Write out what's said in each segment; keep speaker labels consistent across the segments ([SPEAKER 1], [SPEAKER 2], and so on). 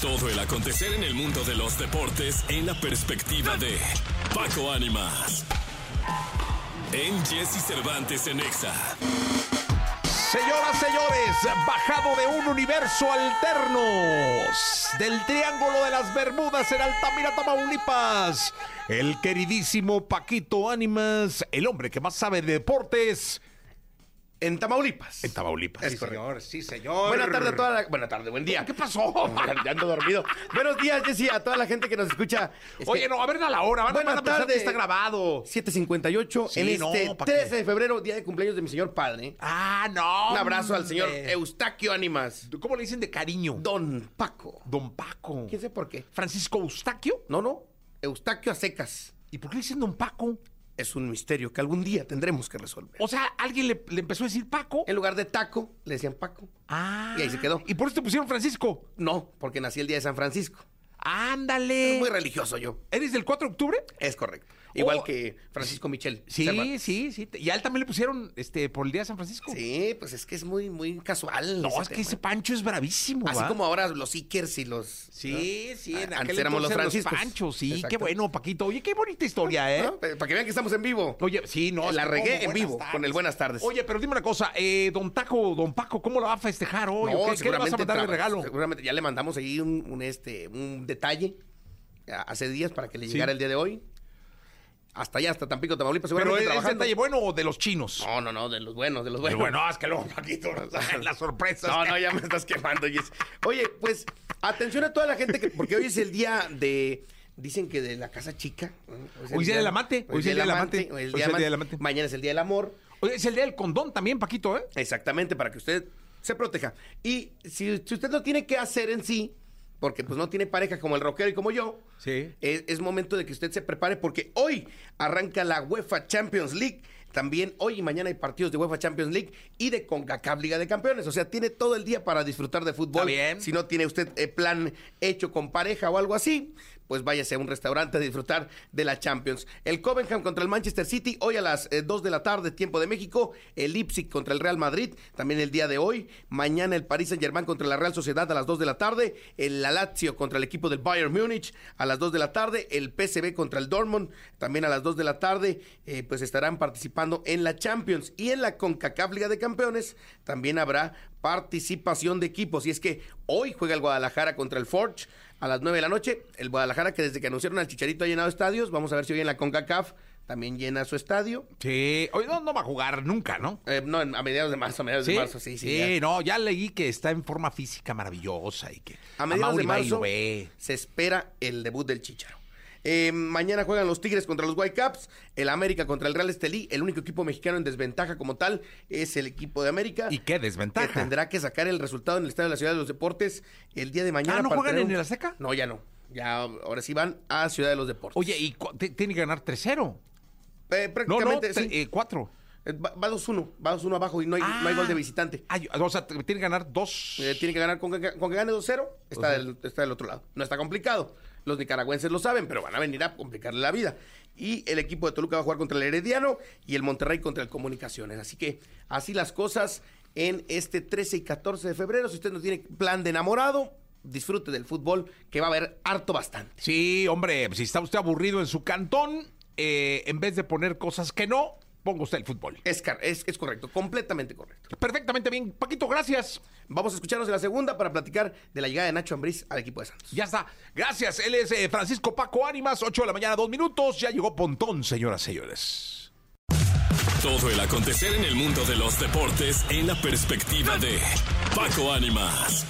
[SPEAKER 1] Todo el acontecer en el mundo de los deportes en la perspectiva de Paco Ánimas. En Jesse Cervantes en Exa.
[SPEAKER 2] Señoras, señores, bajado de un universo alterno del Triángulo de las Bermudas en Altamira, Tamaulipas. El queridísimo Paquito Ánimas, el hombre que más sabe de deportes
[SPEAKER 3] En Tamaulipas.
[SPEAKER 2] en Tamaulipas.
[SPEAKER 3] Sí, señor, sí, señor.
[SPEAKER 2] Buena tarde a toda
[SPEAKER 3] la... Buena tarde, buen día.
[SPEAKER 2] ¿Qué pasó?
[SPEAKER 3] Ya ando dormido. Buenos días, Jessy, a toda la gente que nos escucha. Este,
[SPEAKER 2] Oye, no, a ver a la hora, van, a- van
[SPEAKER 3] buena
[SPEAKER 2] a pensar
[SPEAKER 3] tarde.
[SPEAKER 2] que está grabado.
[SPEAKER 3] 7.58
[SPEAKER 2] Sí,
[SPEAKER 3] en
[SPEAKER 2] no,
[SPEAKER 3] este
[SPEAKER 2] ¿pa' qué?
[SPEAKER 3] 13 de febrero, día de cumpleaños de mi señor padre.
[SPEAKER 2] Ah, no.
[SPEAKER 3] Un abrazo al señor
[SPEAKER 2] hombre.
[SPEAKER 3] Eustaquio Ánimas.
[SPEAKER 2] ¿Cómo le dicen de cariño?
[SPEAKER 3] Don Paco.
[SPEAKER 2] Don Paco.
[SPEAKER 3] ¿Quién sé por qué?
[SPEAKER 2] ¿Francisco Eustaquio?
[SPEAKER 3] No, no. Eustaquio a secas.
[SPEAKER 2] ¿Y por qué le dicen Don Paco?
[SPEAKER 3] Es un misterio que algún día tendremos que resolver.
[SPEAKER 2] O sea, alguien le, le empezó a decir Paco.
[SPEAKER 3] En lugar de taco, le decían Paco.
[SPEAKER 2] Ah.
[SPEAKER 3] Y ahí se quedó.
[SPEAKER 2] Y por eso te pusieron Francisco.
[SPEAKER 3] No, porque nací el día de San Francisco.
[SPEAKER 2] Ándale.
[SPEAKER 3] Muy religioso yo.
[SPEAKER 2] ¿Eres del 4 de octubre?
[SPEAKER 3] Es correcto. Igual
[SPEAKER 2] Oh.
[SPEAKER 3] que Francisco Michel.
[SPEAKER 2] Sí,
[SPEAKER 3] Cervantes.
[SPEAKER 2] sí, sí. te- Y a él también le pusieron este por el día de San Francisco.
[SPEAKER 3] Sí, pues es que es muy, muy casual.
[SPEAKER 2] No,
[SPEAKER 3] ese
[SPEAKER 2] es que
[SPEAKER 3] tema.
[SPEAKER 2] ese Pancho es bravísimo.
[SPEAKER 3] Así
[SPEAKER 2] ¿va?
[SPEAKER 3] como ahora los Seekers y los.
[SPEAKER 2] Sí, sí, en
[SPEAKER 3] Ah,
[SPEAKER 2] aquel
[SPEAKER 3] antes éramos los
[SPEAKER 2] entonces
[SPEAKER 3] Franciscos.
[SPEAKER 2] Panchos, sí, qué
[SPEAKER 3] Exacto.
[SPEAKER 2] bueno, Paquito. Oye, qué bonita historia, ¿eh?
[SPEAKER 3] ¿no? Para que vean que estamos en vivo.
[SPEAKER 2] Oye, sí, no.
[SPEAKER 3] La
[SPEAKER 2] es que
[SPEAKER 3] regué
[SPEAKER 2] como
[SPEAKER 3] en
[SPEAKER 2] buenas
[SPEAKER 3] vivo, con el buenas tardes.
[SPEAKER 2] Oye, pero dime una cosa, eh, don Taco, don Paco, ¿cómo la va a festejar hoy?
[SPEAKER 3] No,
[SPEAKER 2] ¿O qué, ¿Qué le vas a mandar de
[SPEAKER 3] tra-
[SPEAKER 2] regalo?
[SPEAKER 3] Seguramente ya le mandamos ahí un, un, este, un detalle a- hace días para que le
[SPEAKER 2] Sí.
[SPEAKER 3] llegara el día de hoy. Hasta allá, hasta Tampico, Tamaulipas,
[SPEAKER 2] Pero
[SPEAKER 3] seguramente
[SPEAKER 2] es, es
[SPEAKER 3] trabajando.
[SPEAKER 2] detalle bueno o de los chinos.
[SPEAKER 3] No, no, no, de los buenos, de los
[SPEAKER 2] Pero
[SPEAKER 3] buenos.
[SPEAKER 2] bueno, es que luego, Paquito, las sorpresas.
[SPEAKER 3] No, no, ya me estás quemando, Jess. Oye, pues, atención a toda la gente, que, porque hoy es el día de. Dicen que de la casa chica. ¿no? es el
[SPEAKER 2] Hoy es día del amante, hoy es el día del amante,
[SPEAKER 3] hoy es el día del amante. Mañana es el día del amor.
[SPEAKER 2] Oye, es el día del condón también, Paquito, ¿eh?
[SPEAKER 3] Exactamente, para que usted se proteja. Y si, si usted no tiene que hacer en sí, porque pues no tiene pareja como el rockero y como yo, e,
[SPEAKER 2] Sí.
[SPEAKER 3] es, es momento de que usted se prepare porque hoy arranca la UEFA Champions League. También hoy y mañana hay partidos de UEFA Champions League y de CONCACAF Liga de Campeones. O sea, tiene todo el día para disfrutar de fútbol.
[SPEAKER 2] Está bien.
[SPEAKER 3] Si no tiene usted eh, plan hecho con pareja o algo así, pues váyase a un restaurante a disfrutar de la Champions. El Covenham contra el Manchester City hoy a las eh, 2 de la tarde, tiempo de México. El Leipzig contra el Real Madrid también el día de hoy. Mañana el Paris Saint-Germain contra la Real Sociedad a las 2 de la tarde. El la Lazio contra el equipo del Bayern Múnich a las 2 de la tarde. El PSV contra el Dortmund también a las 2 de la tarde. eh, pues estarán participando en la Champions y en la CONCACAF Liga de Campeones también habrá participación de equipos. Y es que hoy juega el Guadalajara contra el Forge a las 9 de la noche. El Guadalajara que desde que anunciaron al Chicharito ha llenado estadios. Vamos a ver si hoy en la CONCACAF también llena su estadio.
[SPEAKER 2] Sí. Oye, no, no va a jugar nunca, ¿no?
[SPEAKER 3] Eh, no, en- a mediados de marzo, a mediados de marzo, sí, sí. ya.
[SPEAKER 2] no, ya leí que está en forma física maravillosa y que
[SPEAKER 3] A mediados
[SPEAKER 2] Mauri
[SPEAKER 3] de
[SPEAKER 2] va y lo
[SPEAKER 3] marzo
[SPEAKER 2] ve.
[SPEAKER 3] se espera el debut del Chicharo. Eh, mañana juegan los Tigres contra los Whitecaps, el América contra el Real Estelí. El único equipo mexicano en desventaja como tal es el equipo de América.
[SPEAKER 2] Y qué
[SPEAKER 3] que
[SPEAKER 2] desventaja.
[SPEAKER 3] tendrá que sacar el resultado en el Estadio de la Ciudad de los Deportes el día de mañana.
[SPEAKER 2] Ah, ¿no
[SPEAKER 3] para
[SPEAKER 2] juegan
[SPEAKER 3] tener
[SPEAKER 2] en el Azteca?
[SPEAKER 3] No, ya no. Ya, ahora sí van a Ciudad de los Deportes.
[SPEAKER 2] Oye, y cu- te- tiene que ganar 3-0. No,
[SPEAKER 3] Eh,
[SPEAKER 2] no,
[SPEAKER 3] prácticamente sí.
[SPEAKER 2] 4.
[SPEAKER 3] Eh, va va 2-1, va 2-1 abajo y no hay, no
[SPEAKER 2] Ah.
[SPEAKER 3] hay gol de visitante.
[SPEAKER 2] o sea, te- tiene que ganar 2.
[SPEAKER 3] Eh, tiene que ganar con que, con que gane 2-0, está, del, está del otro lado. No está complicado. Los nicaragüenses lo saben, pero van a venir a complicarle la vida. Y el equipo de Toluca va a jugar contra el Herediano y el Monterrey contra el Comunicaciones. Así que así las cosas en este 13 y 14 de febrero. Si usted no tiene plan de enamorado, disfrute del fútbol que va a haber harto bastante.
[SPEAKER 2] Sí, hombre, si está usted aburrido en su cantón, eh, en vez de poner cosas que no, ponga usted el fútbol.
[SPEAKER 3] Es, car- es, es correcto, completamente correcto.
[SPEAKER 2] Perfectamente bien. Paquito, gracias.
[SPEAKER 3] Vamos a escucharnos en la segunda para platicar de la llegada de Nacho Ambriz al equipo de Santos.
[SPEAKER 2] Ya está. Gracias. Él es eh, Francisco Paco Ánimas, 8 de la mañana, 2 minutos. Ya llegó Pontón, señoras y señores.
[SPEAKER 1] Todo el acontecer en el mundo de los deportes en la perspectiva de Paco Ánimas.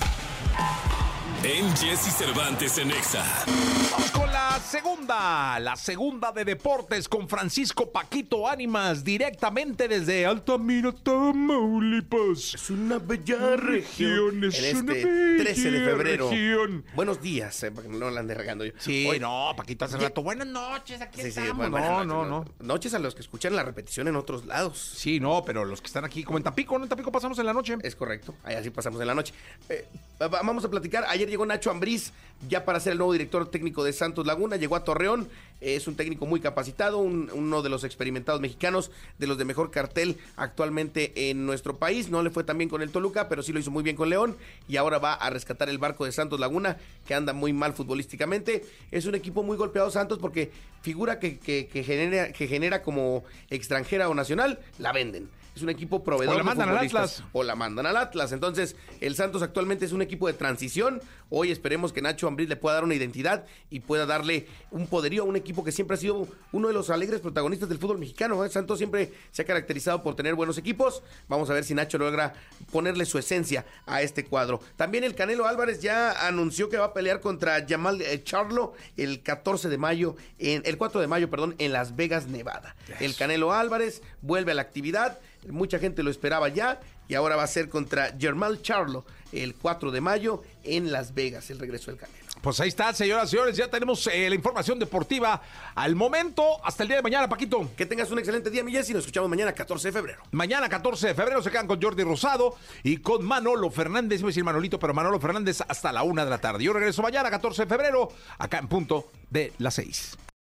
[SPEAKER 1] En Jesse Cervantes en Exa.
[SPEAKER 2] Vamos con la segunda, la segunda de deportes con Francisco Paquito Ánimas, directamente desde Altamira, Tamaulipas.
[SPEAKER 3] Es una bella región.
[SPEAKER 2] es
[SPEAKER 3] en
[SPEAKER 2] una
[SPEAKER 3] este
[SPEAKER 2] bella
[SPEAKER 3] 13 de febrero.
[SPEAKER 2] región.
[SPEAKER 3] Buenos días, eh, para que no la ande regando yo.
[SPEAKER 2] Sí,
[SPEAKER 3] Hoy-
[SPEAKER 2] no, Paquito, hace
[SPEAKER 3] Oye.
[SPEAKER 2] rato. Buenas noches, aquí
[SPEAKER 3] Sí, sí,
[SPEAKER 2] estamos.
[SPEAKER 3] bueno, buenas
[SPEAKER 2] no,
[SPEAKER 3] noches,
[SPEAKER 2] no, no.
[SPEAKER 3] Noches a los que escuchan la repetición en otros lados.
[SPEAKER 2] Sí, no, pero los que están aquí, como en Tampico, ¿no? En Tampico pasamos en la noche.
[SPEAKER 3] Es correcto, ahí así pasamos en la noche. Eh, va- vamos a platicar. Ayer llegó Nacho Ambriz, ya para ser el nuevo director técnico de Santos Laguna. Laguna, llegó a Torreón, eh, es un técnico muy capacitado, un- uno de los experimentados mexicanos, de los de mejor cartel actualmente en nuestro país. No le fue tan bien con el Toluca, pero sí lo hizo muy bien con León y ahora va a rescatar el barco de Santos Laguna, que anda muy mal futbolísticamente. Es un equipo muy golpeado Santos porque figura que, que- que genera, que genera como extranjera o nacional, la venden. Es un equipo proveedor.
[SPEAKER 2] O la
[SPEAKER 3] de
[SPEAKER 2] mandan al
[SPEAKER 3] futbolistas
[SPEAKER 2] Atlas.
[SPEAKER 3] o la mandan al Atlas. Entonces, el Santos actualmente es un equipo de transición. Hoy esperemos que Nacho Ambriz le pueda dar una identidad y pueda darle un poderío a un equipo que siempre ha sido uno de los alegres protagonistas del fútbol mexicano. ¿eh? Santos siempre se ha caracterizado por tener buenos equipos. Vamos a ver si Nacho logra ponerle su esencia a este cuadro. También el Canelo Álvarez ya anunció que va a pelear contra Jamal eh, Charlo el 14 de mayo, en, el 4 de mayo, perdón, en Las Vegas, Nevada. El Canelo Álvarez vuelve a la actividad. Mucha gente lo esperaba ya y ahora va a ser contra Germán Charlo el 4 de mayo en Las Vegas, el regreso del Canelo.
[SPEAKER 2] Pues ahí está, señoras y señores, ya tenemos eh, la información deportiva al momento. Hasta el día de mañana, Paquito.
[SPEAKER 3] Que tengas un excelente día, mi Jessy. Nos escuchamos mañana, 14 de febrero.
[SPEAKER 2] Mañana, 14 de febrero, se quedan con Jordi Rosado y con Manolo Fernández. Iba a decir Manolito, pero Manolo Fernández hasta la una de la tarde. Yo regreso mañana, 14 de febrero, acá en punto de las seis.